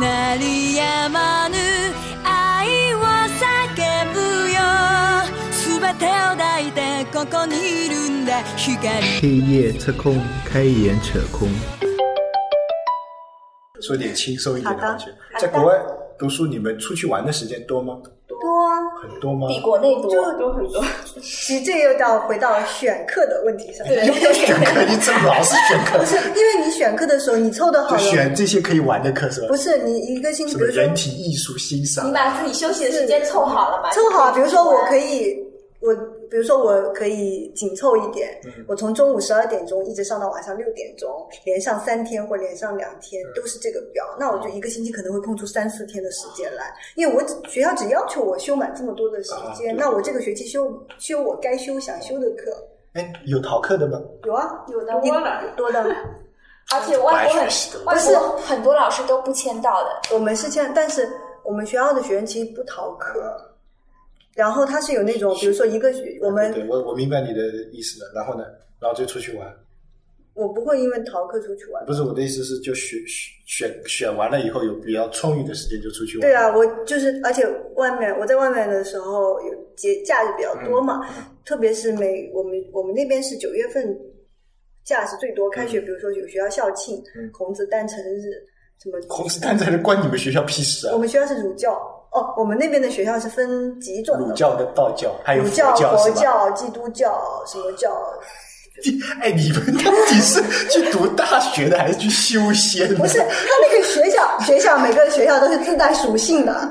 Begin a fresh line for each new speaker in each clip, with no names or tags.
鳴りやまぬ愛を叫ぶよ全てを抱いてここにいるんだ光
黑夜测控，开眼扯空。
说点轻松一点的
好的
环境
好。的
在国外读书，你们出去玩的时间多吗？
多啊，
很多吗？
比国内多，
多很多。
其实这又到回到选课的问题上，
对
又要选课，你怎么老是选课
不？是因为你选课的时候你凑的好
就
了，
选这些可以玩的课是吧
不？是你一个星期，
什
比
么
如说
人体艺术欣赏
你？把自己休息的时间凑好了嘛？
凑好，啊比如说我可
以，
以，我比如说我可以紧凑一点，
嗯
我从中午十二点钟一直上到晚上六点钟，连上三天或连上两天
嗯
都是这个表，那我就一个星期可能会空出三四天的时间来，因为我只学校只要求我修满这么多的时间，
啊对
那我这个学期修修我该修想修的课，
哎，有逃课的吗？
有啊，
有的
你
多了
多的。
而且外
不
国
爱
很
学习的
外国很多老师都不签到 的，
我们是这样，但是我们学校的学生其实不逃课，然后他是有那种，比如说一个学我们
对对我我明白你的意思了。然后呢，然后就出去玩。
我不会因为逃课出去玩
不。是我的意思是，就选选选选完了以后有比较充裕的时间就出去玩。
对啊，，我就是，而且外面我在外面的时候有节假日比较多嘛，
嗯
特别是每我们我们那边是九月份假是最多，开学比如说有学校校庆、
嗯
孔子诞辰日什么，
孔子诞辰的关你们学校屁事
我
啊！
们学校是儒教哦，我们那边的学校是分几种的，
儒教跟道教还有
儒
佛
教、
教
佛
是吧？
教、基督教什么教，
哎，你们到底是去读大学的还是去修仙 的？
不是，他那个学校，学校每个学校都是自带属性的。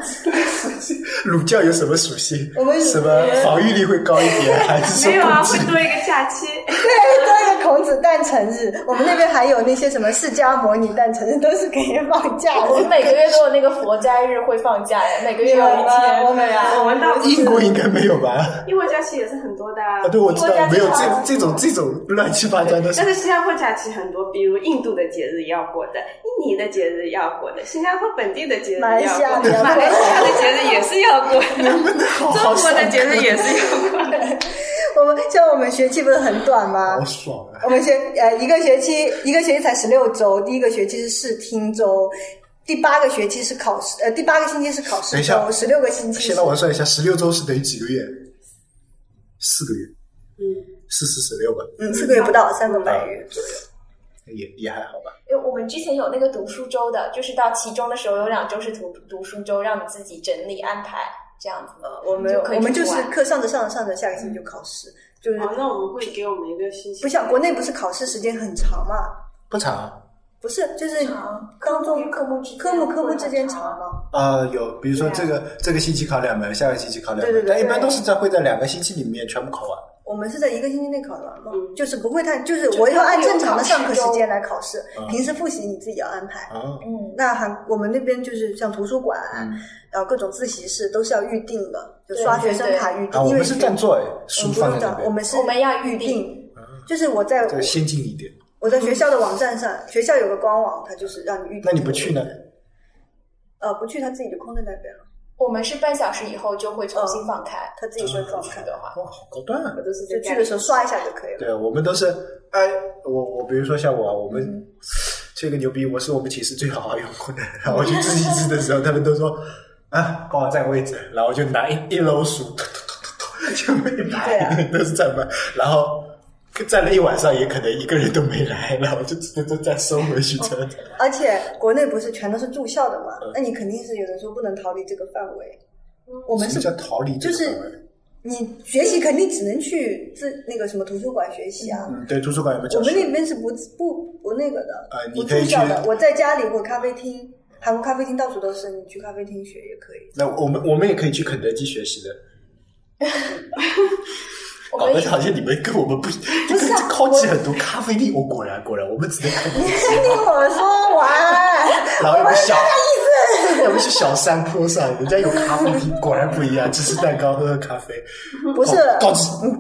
儒教有什么属性？
我们
什么防御力会高一点，还是说
没有啊，
攻
会
击力？
多一个假期。
对，多一个孔子诞辰日，我们那边还有那些什么释迦摩尼诞辰日，都是给人放假
我们
的。
每个月都有那个佛斋日会放假的，每个月有一天。
啊
啊
我们
哦我们到
英国应该没有吧？
英国假期也是很多的啊
啊，对，我知道
国家
没有
最好
这这种这种乱七八糟的事
但。是新加坡假期很多，比如印度的节日要过的，印尼的节日要过的，新加坡本地的节日
马来西亚
要过
的
的，马来西亚的节日也是要过 的，
好
中国的节日也是要过的。
我们像我们学期不是很短吗
好？爽啊！
我们学呃一个学期，一个学期才十六周，第一个学期是试听周。第八个学期是考试，呃，第八个星期是考试
等一下
周，十六个星期是。
先让我算一下，十六周是等于几个月？四个月。嗯，四四十六吧，
嗯，四个月不到，三个半
啊
月左右。
也也还好吧。
因为我们之前有那个读书周的，就是到期中的时候有两周是读读书周，让你自己整理安排这样子。
呃我们
就可以
我们就是
出去玩
课上着上着上着，下个星期就考试，就是
哦，那我们会给我们一个星期，
不像国内不是考试时间很长嘛？
不长啊，
不是，就是
长
当中
与科目之间
科目科目
会
之间
很
长
长
嘛？
啊，有，比如说这个这个星期考两门，下个星期考两门，
对对对
但一般都是在会在两个星期里面全部考完。
我们是在一个星期内考完嘛，
嗯
就是不会太，就是我要按正常的上课时间来考试
嗯，
平时复习你自己要安排。
啊，
嗯，
那韩我们那边就是像图书馆，
嗯
然后各种自习室都是要预定的，就
对
刷学生卡预定
啊，，我
因为
们是占座哎，
我
书
们不
放在
用
那
的，
边，啊
我们是
我们要
预
预定。
定，就是我在
对先进一点。
我在学校的网站上，学校有个官网，它就是让你预定。
那你不去呢？？
呃，不去，他自己就空在那边了，
我们是半小时以后就会重新放开。
呃他自己会放开
是。的话，
哇，好高端啊！
都是在
就
家
去
里
的时候刷一下就可以了。
对，我们都是，哎，我我比如说像我啊，我们、
嗯
这个牛逼，我是我们寝室最好好用过的。然后我去自习室的时候，他们都说啊，帮我占位置，然后我就拿一一篓书，突突突突突，就一排、
对啊
都是占满，然后。站了一晚上，也可能一个人都没来，然后就只能再收回去这样子。
而且国内不是全都是住校的
嗯
嘛？那你肯定是有的时候不能逃离这个范围。我们
什么叫
是
逃离这
就
个
是
范围？
你学习肯定只能去自那个什么图书馆学习啊。
嗯，对，图书馆有没有
我
教
们
室？
那边是不不不那个的，
呃你
不
可
住
以
校的。
去
我在家里或咖啡厅，韩国咖啡厅到处都是，你去咖啡厅学也可以。
那我们我们也可以去肯德基学习的，
我
搞
们
得好像你们跟我们不，跟
是啊
靠近很多咖啡厅。我哦果然果然，我们只能肯德基。
听我说完，
然后有个小， 我们去小山坡上，人家有咖啡厅，果然不一样，只吃蛋糕，喝喝咖啡。
不是
告知，嗯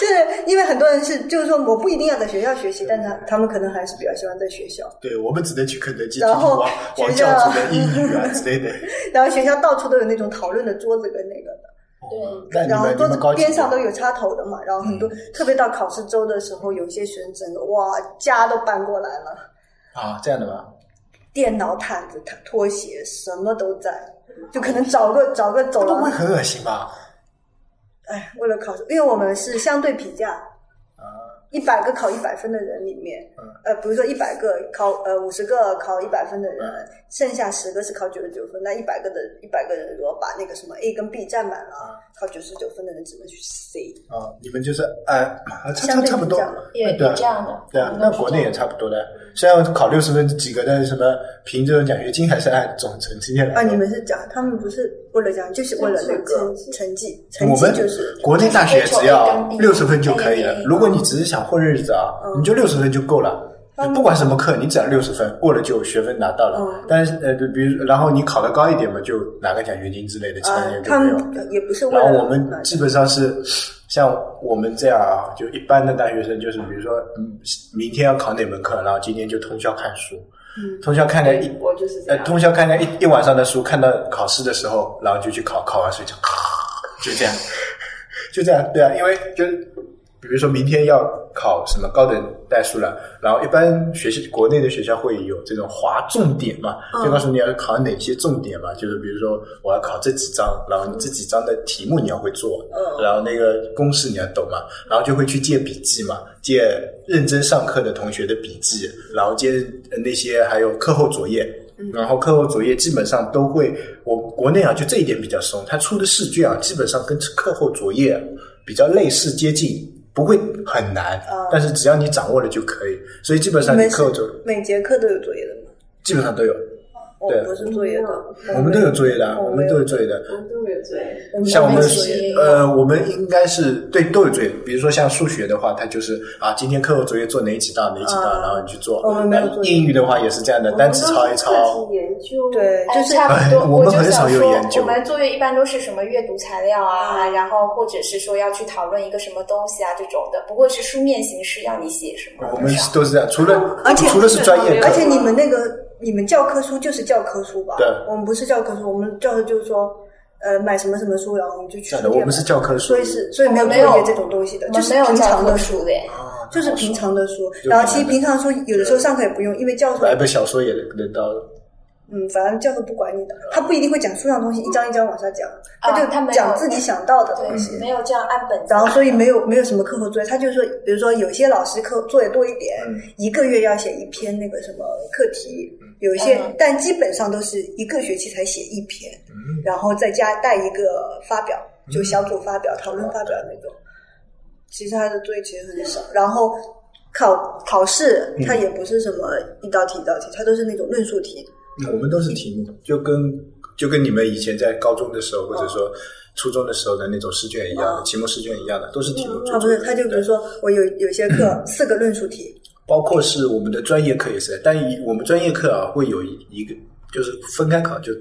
就是因为很多人是，就是说我不一定要在学校学习，但他他们可能还是比较喜欢在学校。
对我们只能去肯德基听
然
听
后
王
学
王
校
教主的英语啊之类 的。
然后学校到处都有那种讨论的桌子跟那个的，
对
哦那你
然后
们你
桌子
们高级嗯
边上都有插头的嘛，然后很多，特别到考试周的时候，有些学生整个哇家都搬过来了，
啊，这样的吗？
电脑、毯子、拖拖鞋，什么都在，就可能找个找个走
不会
廊，
很恶心吧？
哎，为了考试，因为我们是相对评价，一百个考一百分的人里面，
啊嗯
呃，比如说一百个考呃五十个考一百分的人，
嗯
剩下十个是考九十九分，那一百个的一百个人如果把那个什么 A 跟 B 占满了，
嗯
考九十九分的人只能去 C。
啊，你们就是呃，啊差
相
差
对
差不多
比较，
也
对啊
也这样的
对啊，
我们
那
都是
国
这
内也
样
差不多的。虽然考六十分及格，但是什么凭这种奖学金还是按总成绩来的。
啊，你们是讲他们不是为了讲，就是为了那个成绩，成
我
绩
们
就是
国内大学只要
就是
六十分就可以
A
了。
跟 B
如果你只是想混日子啊，
嗯
你就六十分就够了。不管什么课，你只要六十分，过了就学分拿到了
嗯。
但是呃，比如然后你考得高一点嘛，就拿个奖学金之类的，其他
啊
就，
他
没有。
们也不是为
然
了呃
后我们基本上是像我们这样啊，就一般的大学生，就是比如说，嗯，明天要考哪门课，然后今天就通宵看书，
嗯
通宵看个一，
我就是这
呃，
样。
通宵看个一一晚上的书，看到考试的时候，然后就去考，考完睡觉， 咔就这样，就这样，对啊，因为就是。比如说明天要考什么高等代数了，然后一般学习国内的学校会有这种划重点嘛，
嗯
就告诉你要考哪些重点嘛，就是比如说我要考这几章，然后你这几章的题目你要会做，
嗯
然后那个公式你要懂嘛，然后就会去借笔记嘛，借认真上课的同学的笔记，然后借呃那些还有课后作业。然后课后作业基本上都会，我国内啊就这一点比较松，他出的试卷啊基本上跟课后作业比较类似接近，不会很难，但是只要你掌握了就可以。所以基本
嗯你
上你
们
课后作
是每节课都有作业的吗？
基本上都有，
我
对
不是作业的，
我们都有作业的啊，我们都有作业的。
我们都有作业，
我们
像我们
其实也有
呃，我们应该是对都有作业，比如说像数学的话，它就是啊，今天课后作业做哪几道哪几道，
啊
然后你去做
我们。没有
那
作业哦
英语的话也是这样的，单词抄一抄。
我们都是课题研究，
对，
哎
就是
差不
哎
多，
我们
就
很少
想
有
说
研究
我们作业一般都是什么阅读材料
嗯
啊，然后或者是说要去讨论一个什么东西啊这种的，不过是书面形式，要你写什么
我
多
们
少。
都是这样，除了
而且
除了是专业课
而，且你们那个你们教科书就是教科书吧？
对
我们不是教科书，我们教的就是说，呃，买什么什么书，然后我们就去
这
书
样的
店
我们是
买
教科书
所以是所以没有
我
作
们没有
业这种东西的，
我
就
们
是
没有
平
教
常
科
的嗯书
书，嘞，
啊
就是平常的书。
就
然后其实
平常的
平常的书有的时候上课也不用，因为教授
来本哎小说也能到。
嗯，反正教授不管你的，他不一定会讲书上的东西，一章一章往下讲，就
啊他没有
讲自己想到的东西。
对，没有这样按本子
然后所以没有没有什么课后作业，他就是说，比如说有些老师课作业多一点，
嗯
一个月要写一篇那个什么课题，有一些、
嗯
但基本上都是一个学期才写一篇，
嗯
然后再加带一个发表，就小组发表、讨论发表那种。其实他的作业其实很少，然后考考试
嗯
他也不是什么一道题一道题，他都是那种论述题，
我们都是题目，就跟就跟你们以前在高中的时候，或者说初中的时候的那种试卷一样的，
哦
期末试卷一样的，都是题目。
啊不是，他就比如
对
说我有有些 课四个论述题，
包括是我们的专业课也是，但以我们专业课啊，会有一一个就是分开考，就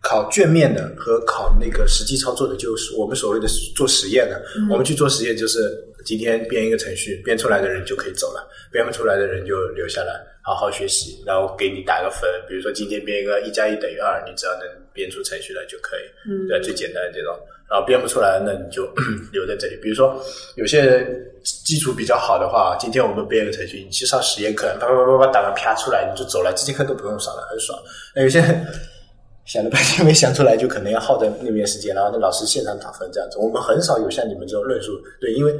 考卷面的和考那个实际操作的，就是我们所谓的做实验的。我们去做实验，就是今天编一个程序，编出来的人就可以走了，编不出来的人就留下来，好好学习，然后给你打个分。比如说今天编一个一加一等于二，你只要能编出程序来就可以。
嗯
对，最简单的这种。然后编不出来，那你就 留在这里。比如说，有些人基础比较好的话，今天我们编一个程序，你去上实验课，啪啪啪啪打个啪出来，你就走了，这节课都不用上了，很爽。那哎有些人想了半天没想出来，就可能要耗在那边时间，然后那老师现场打分这样子。我们很少有像你们这种论述，对，因为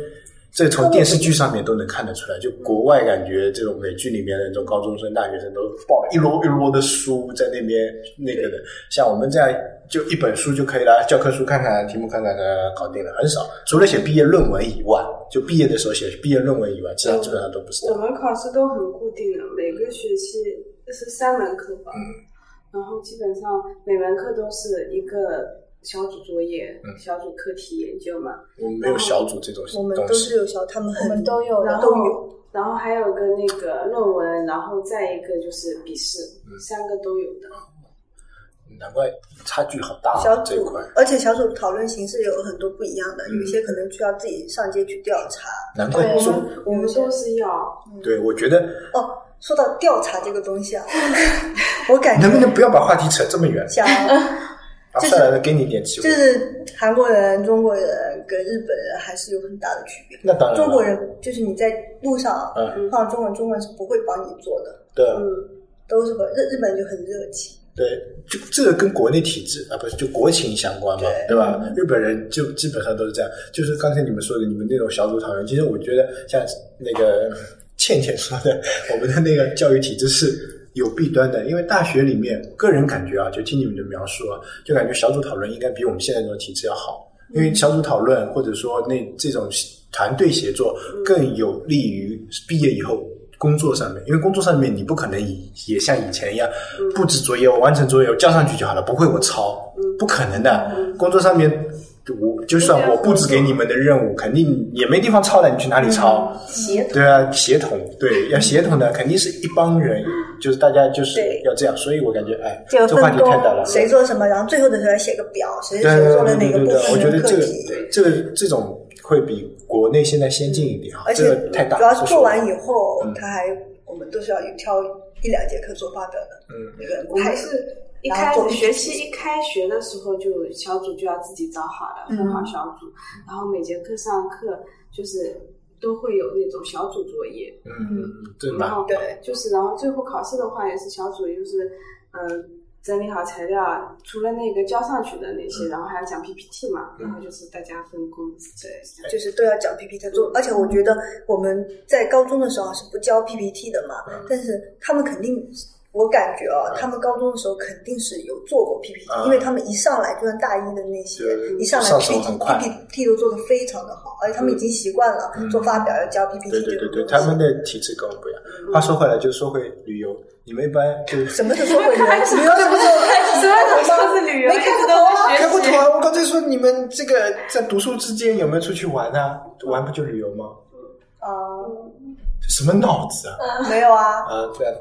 这从电视剧上面都能看得出来，就国外感觉这种美剧里面的那种高中生、大学生都抱一摞一摞的书在那边那个的，像我们这样就一本书就可以了，教科书看看，题目看看，呃，搞定了，很少。除了写毕业论文以外，就毕业的时候写毕业论文以外，其他基本上都不是这
我
样。
们考试都很固定的，每个学期是三门课
嗯
吧，然后基本上每门课都是一个小组作业、
嗯
小组课题研究嘛，
我们没有小组这种
我们
东
都
西
是。有小，他们
我
很
们都有
然
的。
后
都有
然后还有个那个论文，然后再一个就是笔试，
嗯
三个都有的。
难怪差距好大、
小
啊、这一
组
块。，
而且小组讨论形式有很多不一样的，
嗯
有些可能需要自己上街去调查。
难怪
对
我
中
啊
们我们都是要
对，我觉得
哦，说到调查这个东西啊， 我感
能不能
觉
不要把话题扯这么远？
想
啊，
就是
算了，给你一点机
就
会。
是韩国人、中国人跟日本人还是有很大的区别。
那当然了，
中国人就是你在路上
嗯
碰到中文，中文是不会帮你做的。
对，
嗯，
都是很日日本人就很热情，
对，就这个跟国内体制啊，不是就国情相关嘛，对吧？日本人就基本上都是这样，就是刚才你们说的，你们那种小组讨论，其实我觉得像那个倩倩说的， 我们的那个教育体制是有弊端的，因为大学里面，个人感觉啊，就听你们的描述啊，就感觉小组讨论应该比我们现在这种体制要好，因为小组讨论或者说那这种团队协作
嗯
更有利于毕业以后工作上面，因为工作上面你不可能以也像以前一样
嗯
布置作业，我完成作业我交上去就好了，不会我抄，
嗯
不可能的。工作上面我就算我布置给你们的任务，肯定也没地方抄的，你去哪里抄？
嗯协同嗯
对啊，协同，对，要协同的，肯定是一帮人，就是大家就是
对
要这样，所以我感觉哎，
就
这话
分
题太大了
工，。谁做什么，然后最后的时候要写个表，谁
对
谁
对
做了哪
对
个
对
部
对，我觉
分
得
的
这
课
个
题。
这个这种会比国内现在先进一点啊，
而
这
且
个太大，
主要是
不
做
说
完
了
以后
嗯，
他还我们都是要挑一两节课做发表的。
嗯，
每个人
我
公
们
开
是一
然
开
后
始
做
学期一开学的时候就小组就要自己找好了，分
嗯
好小组，然后每节课上课就是都会有那种小组作业，
嗯，对
然
吧？
后
对
就是然后最后考试的话也是小组，就是嗯、呃整理好材料啊，除了那个交上去的那
嗯
些，然后还要讲 PPT 嘛，然后就是大家分工对。
哎
就是都要讲 PPT 做，而且我觉得我们在高中的时候是不教 PPT 的嘛，
嗯
但是他们肯定，我感觉啊，他们高中的时候肯定是有做过 PPT，、
嗯
因为他们一上来就像大一的那些
对，
一上来
上手
PPT
很快嗯
PPT 都做的非常的好，而且他们已经习惯了、做发表要教 PPT
对对
这
对
种
对，
东
他
西
们的体制跟我们不一样。话说回来，就说回旅游，你们一般就
什么时候会旅游？旅游什么时候开始？
所有的都是旅游，
没
一
看
直
过
都 在
开不
学习
头。啊！我刚才说你们这个在读书之间有没有出去玩啊？玩不就旅游吗？
啊，
什么脑子啊！
没有啊。
啊，对啊，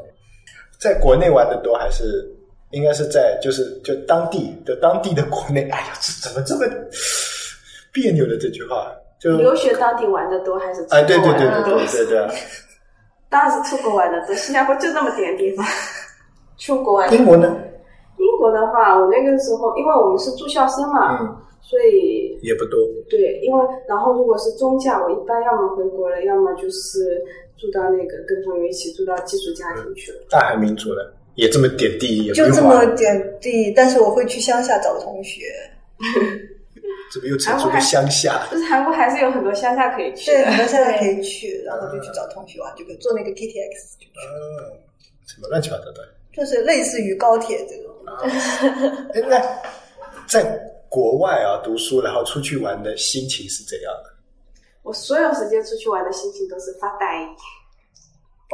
在国内玩的多还是应该是在就是就当地的当地的国内？哎呀，这怎么这么别扭的这句话？就
留学到底玩的多还是出
嗯哎，对
国
对对
玩的
对
多？
对对对啊，
当然是出国玩的多，新加坡就那么点地方。
出国啊，
英国呢？
英国的话，我那个时候因为我们是住校生嘛，
嗯，
所以
也不多。
对，因为然后如果是中假，我一般要么回国了，要么就是住到那个跟朋友一起住到寄宿家庭去了。
嗯
大韩民族呢，也这么点地，也不
就
用
这么
玩，
点地，但是我会去乡下找同学。
这不又成出了乡下？
就是韩国还是有很多乡下可以去
对，
的。
很多现在可以去，然后就去找同学玩，就可以坐那个 KTX，就
嗯，什么乱七八糟的？
就是类似于高铁这种。
哎，那在国外啊读书，然后出去玩的心情是怎样的？
我所有时间出去玩的心情都是发呆。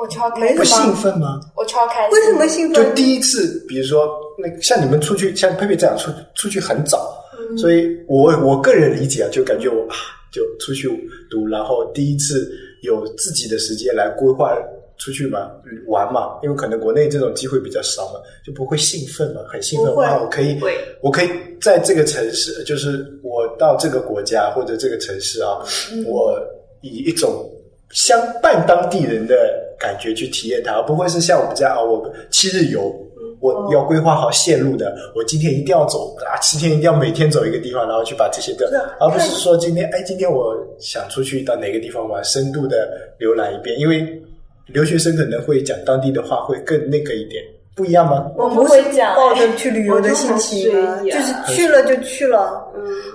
我超开
没
心，
什
不
么
兴奋吗？
我超开心。
为什么兴
就
奋？
第一次，比如说那像你们出去，像佩佩这样出出去很早，
嗯
所以我我个人理解啊，就感觉我啊，就出去读，然后第一次有自己的时间来规划出去嘛玩嘛，因为可能国内这种机会比较少嘛，就不会兴奋嘛，很兴奋
不会
哇，我可以
不会，
我可以在这个城市，就是我到这个国家或者这个城市啊，我以一种相伴当地人的感觉去体验它，而不会是像我们这样啊，我七日游。
嗯哦
我要规划好线路的，我今天一定要走啊，七天一定要每天走一个地方，然后去把这些的
是，
而不是说今天哎，今天我想出去到哪个地方玩，深度的浏览一遍，因为留学生可能会讲当地的话，会更那个一点，不一样吗？
我
不
不
是
会讲，哎
抱着去旅游的心情啊，
我就
就
很随
是
意啊
去了就去了，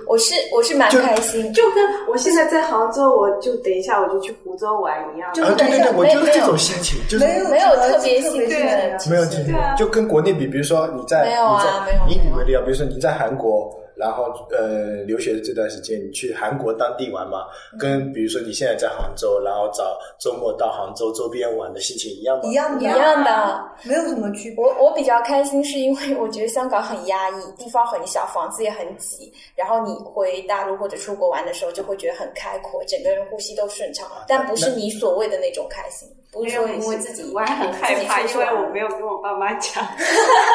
我是我是蛮开心，
嗯就跟我现在在杭州，我就等一下我就去湖州玩一样。
就
啊，对对对，我就是这种心情，就是
没有
没有特别兴
特别兴奋
奋
啊，
其实
没有竞争
对啊，
就跟国内比，比如说你在
没有啊没有
你在以你
没有
为例啊，比如说你在韩国，然后呃留学的这段时间，你去韩国当地玩嘛，跟比如说你现在在杭州，然后找周末到杭州周边玩的心情一样吗？
一样的，啊
一样的。
没有什么区别
我。我比较开心，是因为我觉得香港很压抑，地方很小，房子也很挤。然后你回大陆或者出国玩的时候，就会觉得很开阔，整个人呼吸都顺畅
啊。
但不是你所谓的那种开心，不是
没
说
有
因为自己
我还很害怕，
自己
因
出去
为
玩
我没有跟我爸妈讲。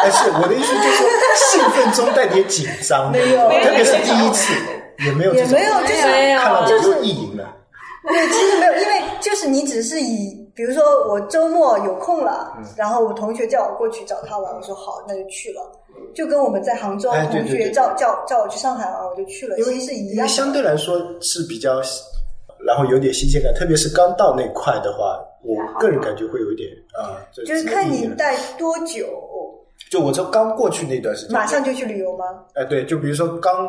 但是我的意思就是兴奋中带点紧张，
没有
特别是第一次，也没有这
也
种
没有，就是
没有
看到
啊
我就意淫了，
对，其实没有，因为就是你只是以，比如说我周末有空了，
嗯
然后我同学叫我过去找他玩，我说好，那就去了。就跟我们在杭州
哎对
同
对
学
对
叫叫叫我去上海玩，我就去了，
因
其
为
实是一
因
样
为
的。
相对来说是比较，然后有点新鲜感，特别是刚到那块的话，
还好
我
吧
个人感觉会有一点啊，这
就是
这个
看
意义
你
了
待多久，
就我这刚过去那段时间，
马上就去旅游吗？
哎，对，就比如说刚，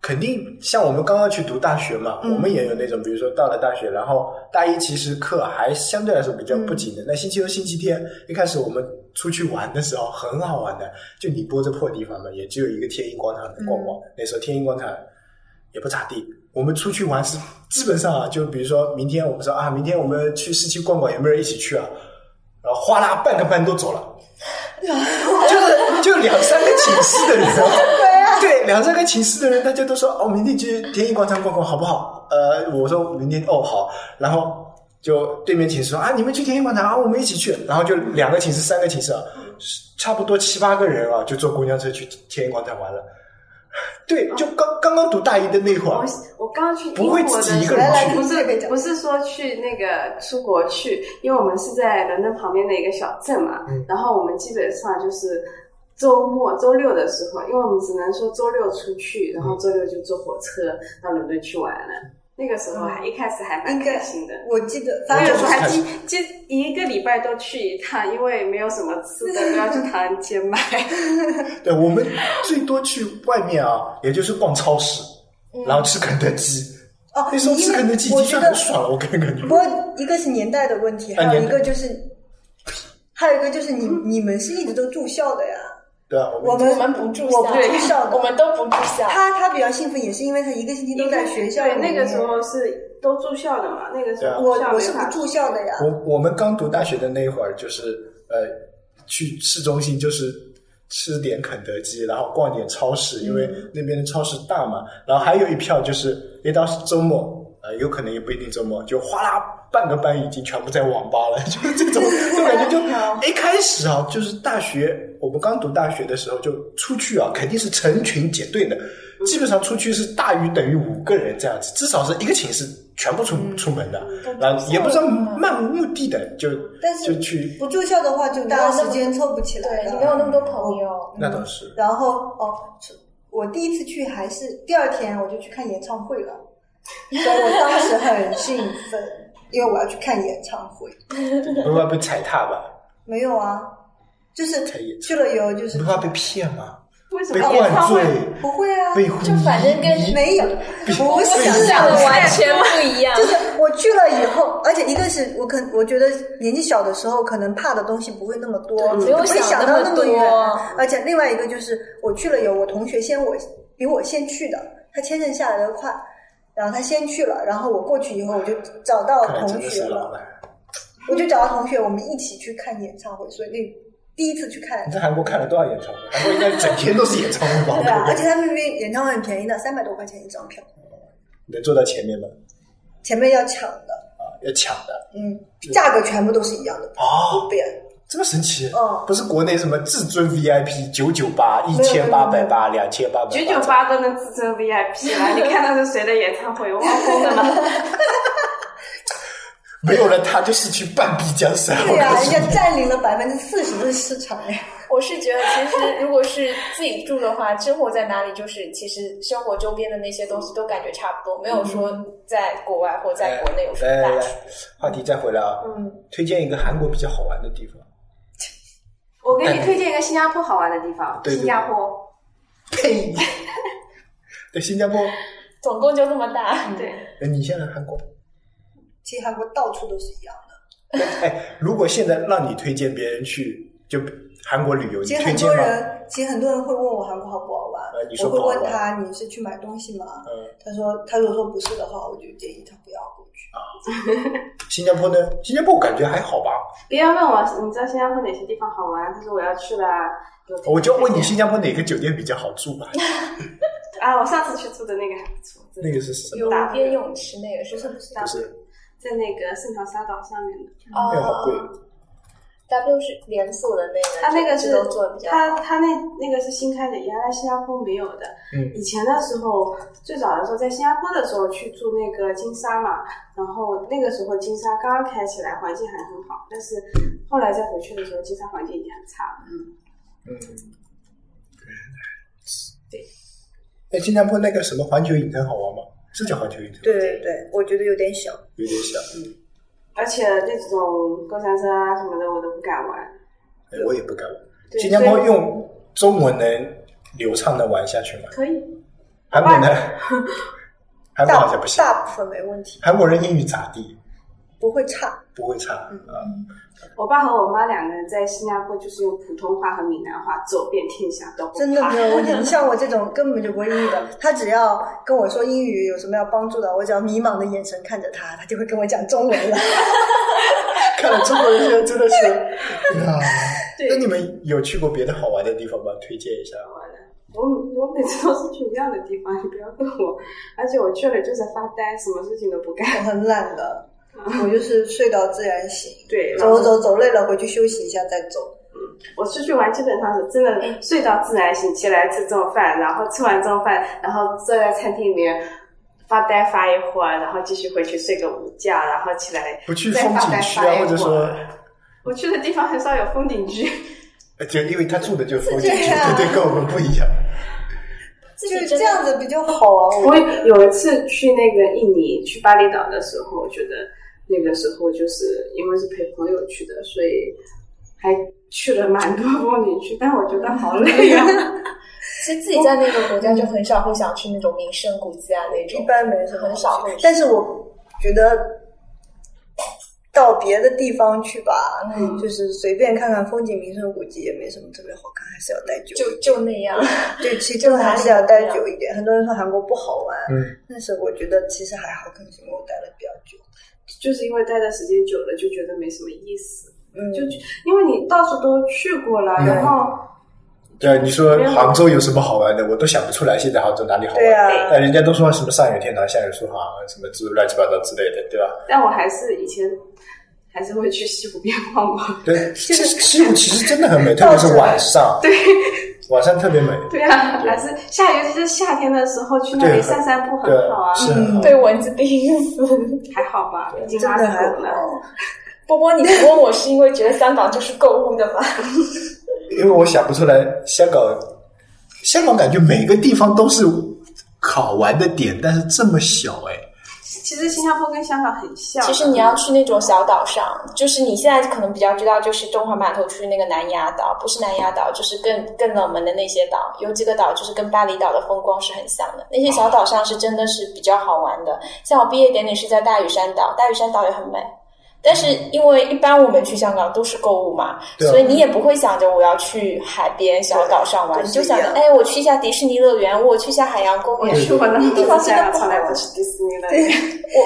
肯定像我们刚刚去读大学嘛，
嗯
我们也有那种，比如说到了大学，然后大一其实课还相对来说比较不紧的。那星期六、星期天一开始我们出去玩的时候，很好玩的，就你播这破地方嘛，也只有一个天音广场能逛逛。那时候天音广场也不咋地。我们出去玩是基本上啊，就比如说明天我们说啊，明天我们去市区逛逛，有没有人一起去啊？然后哗啦，半个班都走了。就是就两三个寝室的人，啊对，两三个寝室的人，大家都说哦，明天去天一广场逛逛好不好？呃，我说明天哦好，然后就对面寝室说啊，你们去天一广场啊，我们一起去，然后就两个寝室、三个寝室啊，差不多七八个人啊，就坐公交车去天一广场玩了。对，就刚刚刚读大一的那会儿
我，我刚去英
不
国
会
哦的
自
时
己一个
候，
人
去
不
来来
是不是说去那个出国去，因为我们是在伦敦旁边的一个小镇嘛，
嗯
然后我们基本上就是周末周六的时候，因为我们只能说周六出去，然后周六就坐火车到伦敦去玩了。
嗯
那个时候还一开始还蛮
应该
开心的。
我记得，
我
反
有
正
时
我
候还记，就一个礼拜都去一趟，因为没有什么吃的，都要去唐人街买。
对我们最多去外面啊，也就是逛超市，然后吃肯德基。
哦，
那时候吃肯德基已
我
经
觉
算
得
很爽了，我个人感觉
不。过一个是年代的问题，
啊
还有一
年代
个就是，还有一个就是你你们是一直都住校的呀。
对啊，
我
我
们
我们不住
我
校
不住校的
我。们都不住校。
他他比较幸福，也是因为他一个星期 都在学校里
对，
面。
那个时候是都住校的嘛，那个时候
我
住校
我
没
是不
法
住校的呀。
我我们刚读大学的那会儿，就是呃，去市中心就是吃点肯德基，然后逛点超市，因为那边的超市大嘛。然后还有一票就是，一到周末，呃，有可能也不一定周末，就哗啦，半个班已经全部在网吧了， 就是这种，就感觉就一开始啊，就是大学我们刚读大学的时候就出去啊，肯定是成群结队的。基本上出去是大于等于五个人这样子，至少是一个寝室全部出、出门的，然后也不知道漫无目的的就
但是
就去，
不住校的话，就大家时间凑不起来
对
了。
你没有那么多朋友，
那倒是。
然后哦，我第一次去还是第二天我就去看演唱会了，所以我当时很兴奋， 因为我要去看演唱会。
不怕被踩踏吧？
没有啊，就是
看演唱会
去了以后就是
不怕被骗吗？
为什
被
么演
灌
唱会
醉？
不会啊，
被忽
就反正跟
悠
没有，不啊
被
想
忽悠
象的
啊完全不一样
就是我去了以后，而且一个是我可我觉得年纪小的时候可能怕的东西不会那么多，
没有
不会
想
到
那
那
么
么
多
远。而且另外一个就是我去了以后，我同学先我比我先去的，他签证下来的快，然后他先去了，然后我过去以后我就找到
看来真的
同学
是老
了，
了。
我就找到同学，我们一起去看演唱会，所以那第一次去看
你。在韩国看了多少演唱会？韩国应该整天都是演唱会吧？我
对啊，而
感
且
觉
他们那边演唱会很便宜的，三百多块钱一张票，
能坐到前面吗？
前面要抢的，
啊，要抢的
嗯，价格全部都是一样的，
哦
不，变。
这么神奇！
嗯
不是国内什么至尊 VIP 九九八、一
没有
千八百八、两千八百
九九八都能自称 VIP 了，啊你看到是谁的演唱会？汪峰的吗？
没有了它就失去半壁江山。
对
我告
啊，人
诉
家
你，
占领了百分之四十的市场哎。
我是觉得，其实如果是自己住的话，生活在哪里，就是其实生活周边的那些东西都感觉差不多，没有说在国外或
哎
在国内有什
来
么
来
大
来
区别。，
话题再回来啊。
嗯，
推荐一个韩国比较好玩的地方。
我给你推荐一个新加坡好玩的地方，
哎对对对
新加坡。
呸！对，新加坡。
总共就这么大，
对，
那你现在韩国？
其实韩国到处都是一样的。
哎，如果现在让你推荐别人去就韩国旅游，呃你
其实
推
很
荐
多
吗？
人，其实很多人会问我韩国好不好玩，
呃你说
我会
不好玩
问他你是去买东西吗？
嗯，
他说他如果说不是的话，我就建议他不要过去。
新加坡呢？新加坡我感觉还好吧。
别人问我你知道新加坡哪些地方好玩，他说我要去了。有推荐
哦我就问你，新加坡哪个酒店比较好住吧？
啊，我上次去住的那个还不错，真的
那个是什么？
有湖边泳池那个是不是
不是，
在那个圣淘沙岛上面的。
那个好贵。
W 呃是连锁的那个，
它那个是
都做的比较
它
好。
它那那个是新开的，原来新加坡没有的。
嗯
以前的时候，最早的时候在新加坡的时候去住那个金沙嘛，然后那个时候金沙刚刚开起来，环境还很好，但是后来再回去的时候，金沙环境已经很差了。嗯，
嗯，原来是。对。哎，新加坡那个什么环球影城好玩吗？是叫环球影城吗？
对对，我觉得有点小。
哎有点像。
而且那种过山车啊什么的我都不敢玩。
哎我也不敢玩。
对
新加坡
所以
用中文能流畅的玩下去吗？
可以，
韩国呢？ 韩国
大
好像不行。
大部分没问题，
韩国人英语咋地？
不会差。
不会差啊、
嗯
我爸和我妈两个人在新加坡就是用普通话和闽南话走遍天下都不
真的
怕
没有 问题。你像我这种根本就不会英语的，他只要跟我说英语有什么要帮助的，我只要迷茫的眼神看着他，他就会跟我讲中文了。
看来中国人现在真的 是啊。
对
那你们有去过别的好玩的地方吗？推荐一下。
我我每次都是去一样的地方，你不要问我。而且我去了就是发呆，什么事情都不干。
我 很懒的，我就是睡到自然醒，
对，然后
走走走累了回去休息一下再走。
我出去玩基本上是真的睡到自然醒，起来吃中饭，然后吃完中饭，然后坐在餐厅里面发呆发一会儿，然后继续回去睡个午觉，然后起来
不去
再
风
发
景
呆
区
发
啊，
一
或者
会
说
儿，我去的地方很少有风景区，
呃就因为他住的就是风景区，
对啊
对对，跟我们不 一样。
自
就
己
这
真
样
的
子比较好啊。我
我有一次去那个印尼，去巴厘岛的时候，我觉得那个时候就是因为是陪朋友去的，所以还去了蛮多风景区，但我觉得好累啊。
其实自己在那个国家就很少会想去那种名胜古迹啊那种
一。般没什么
很少会去
但是我觉得到别的地方去吧，
嗯
就是随便看看风景名胜古迹也没什么特别好看，还是要待久。
就就那样，
对，其实真的还是要待久一点。很多人说韩国不好玩，
嗯
但是我觉得其实还好，可能是因为我待了比较久。
就是因为待的时间久了，就觉得没什么意思。
嗯，
就因为你到处都去过了，
嗯
然后
对啊，你说
没有
杭州有什么好玩的，我都想不出来。现在杭州哪里好玩？
对啊
但人家都说什么上有天堂，下有苏杭，什么之乱七八糟之类的，对吧？
但我还是以前还是会去西湖边逛逛。
对，其实西湖其实真的很美，特别是晚上，对，晚上特别美，
嗯
对啊，
对
还是夏，尤其是夏天的时候去那
对
里散散步
对
很好啊，，
嗯
是很 好。
被蚊子叮死。
还好吧，已经
真
拉
的还
走了。
好。
波波，你问我是因为觉得香港就是购物的吗？
因为我想不出来香港，香港感觉每个地方都是好玩的点，但是这么小哎，
其实新加坡跟香港很像，啊
其实你要去那种小岛上，就是你现在可能比较知道，就是中环码头区那个南丫岛，不是南丫岛，就是更更冷门的那些岛，有几个岛就是跟巴厘岛的风光是很像的。那些小岛上是真的是比较好玩的。像我毕业典礼是在大屿山岛，大屿山岛也很美。但是因为一般我们去香港都是购物嘛，
对啊
所以你也不会想着我要去海边小岛上玩，
对
你就想
都是
着
一样
哎，我去一下迪士尼乐园，我去一下海洋公
我
园。
去过那么
地
多
方
次
真的
香港，
不
从来
好
不去迪士尼 乐园。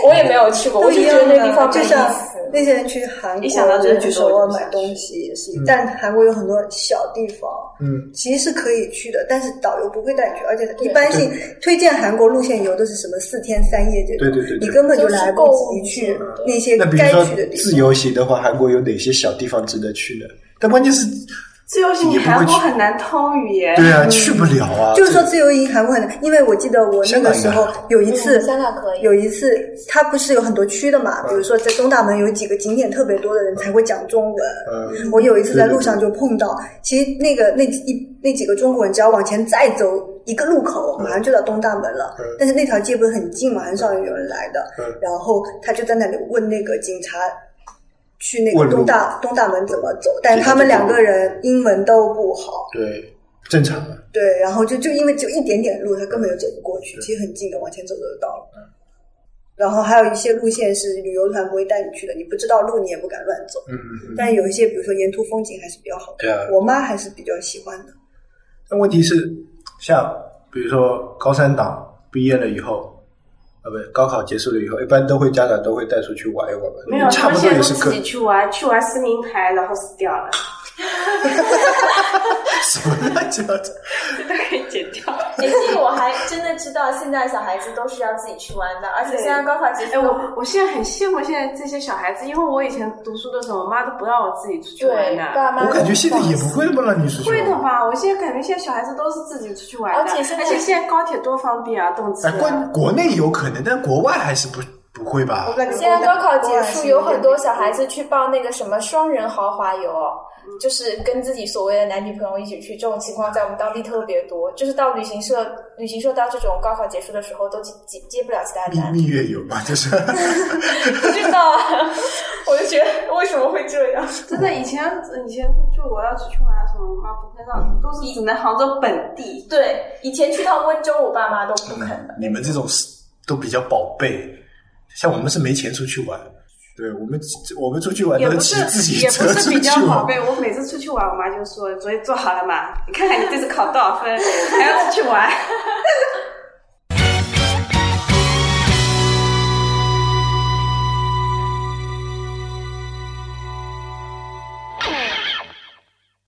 我我也没有去过，我
都
就
一
觉
样
得那地
的，
方没
就
意
像
思。嗯
那些人去韩国，
一想到这个
去
就
首尔买
我就
东西也是一，但韩国有很多小地方。
嗯，
其实是可以去的，但是导游不会带你去，而且一般性推荐韩国路线游都是什么四天三夜这种，
对对对对嗯
你根本就来不及去那些
那比如
该
说
去的地
自
方。
由行的话，韩国有哪些小地方值得去呢？但关键是，
自由行，韩国很难通语言。
对啊，去不了啊，
嗯就是说自由营韩国很难，因为我记得我那个时候
香港
有一次
嗯，香港可以
有一次它不是有很多区的嘛，
嗯
比如说在东大门有几个景点特别多的人才会讲中文。
嗯
我有一次在路上就碰到，其实那个那一那几个中国人，只要往前再走一个路口，马上就到东大门了。
嗯
但是那条街不是很近嘛，很少有人来的。
嗯
然后他就在那里问那个警察。去那
问路
个东大东大门怎么走？但他们两个人英文都不好，
对，正常啊。
对，然后就就因为只有一点点路，他根本就走不过去，其实很近的，往前走走就到了。然后还有一些路线是旅游团不会带你去的，你不知道路，你也不敢乱走。
嗯嗯嗯。
但有一些，比如说沿途风景还是比较好看，
对啊
我妈还是比较喜欢的。
但问题是，像比如说高三党毕业了以后，啊，不，高考结束了以后，一般都会家长都会带出去玩一玩吧，
没有，
差不
他
多
们现在
也
都
是
自
个
己去玩，去玩撕名牌，然后死掉了，
什么乱七八糟。
这都可以剪掉。
哎，这个我还真的知道，现在小孩子都是要自己去玩的，而且现在高考结
哎，
束了，
我我现在很羡慕现在这些小孩子，因为我以前读书的时候，我妈都不让我自己出去玩
对
的。
爸妈，
我感觉现在也不。会那么让你出去
会
玩
的。吧？我现在感觉现在小孩子都是自己出去玩的，
而且现在
哎
而且现在高铁多方便啊，动车
哎，。关国内有可能，但国外还是不不会吧？
我感觉
现在高考结束，有很多小孩子去报那个什么双人豪华游哦，就是跟自己所谓的男女朋友一起去，这种情况在我们当地特别多。就是到旅行社，旅行社到这种高考结束的时候都接接接不了其他的
蜜
单，
蜜月游嘛，就是。
不知道啊，我就觉得为什么会这样？
真的，以前以前就我要出去玩啊什么，我妈不会
嗯
让，都是只能杭州本地。
对，以前去趟温州，我爸妈都不肯的。
你们这种是都比较宝贝，像我们是没钱出去玩。对我们，我们出去玩
也
都
不
骑
是
自行
也
车
不是
出
比较
去
宝
玩。
贝，我每次出去玩，我妈就说：“昨天做好了吗？你看看你这次考多少分，还要出去玩。”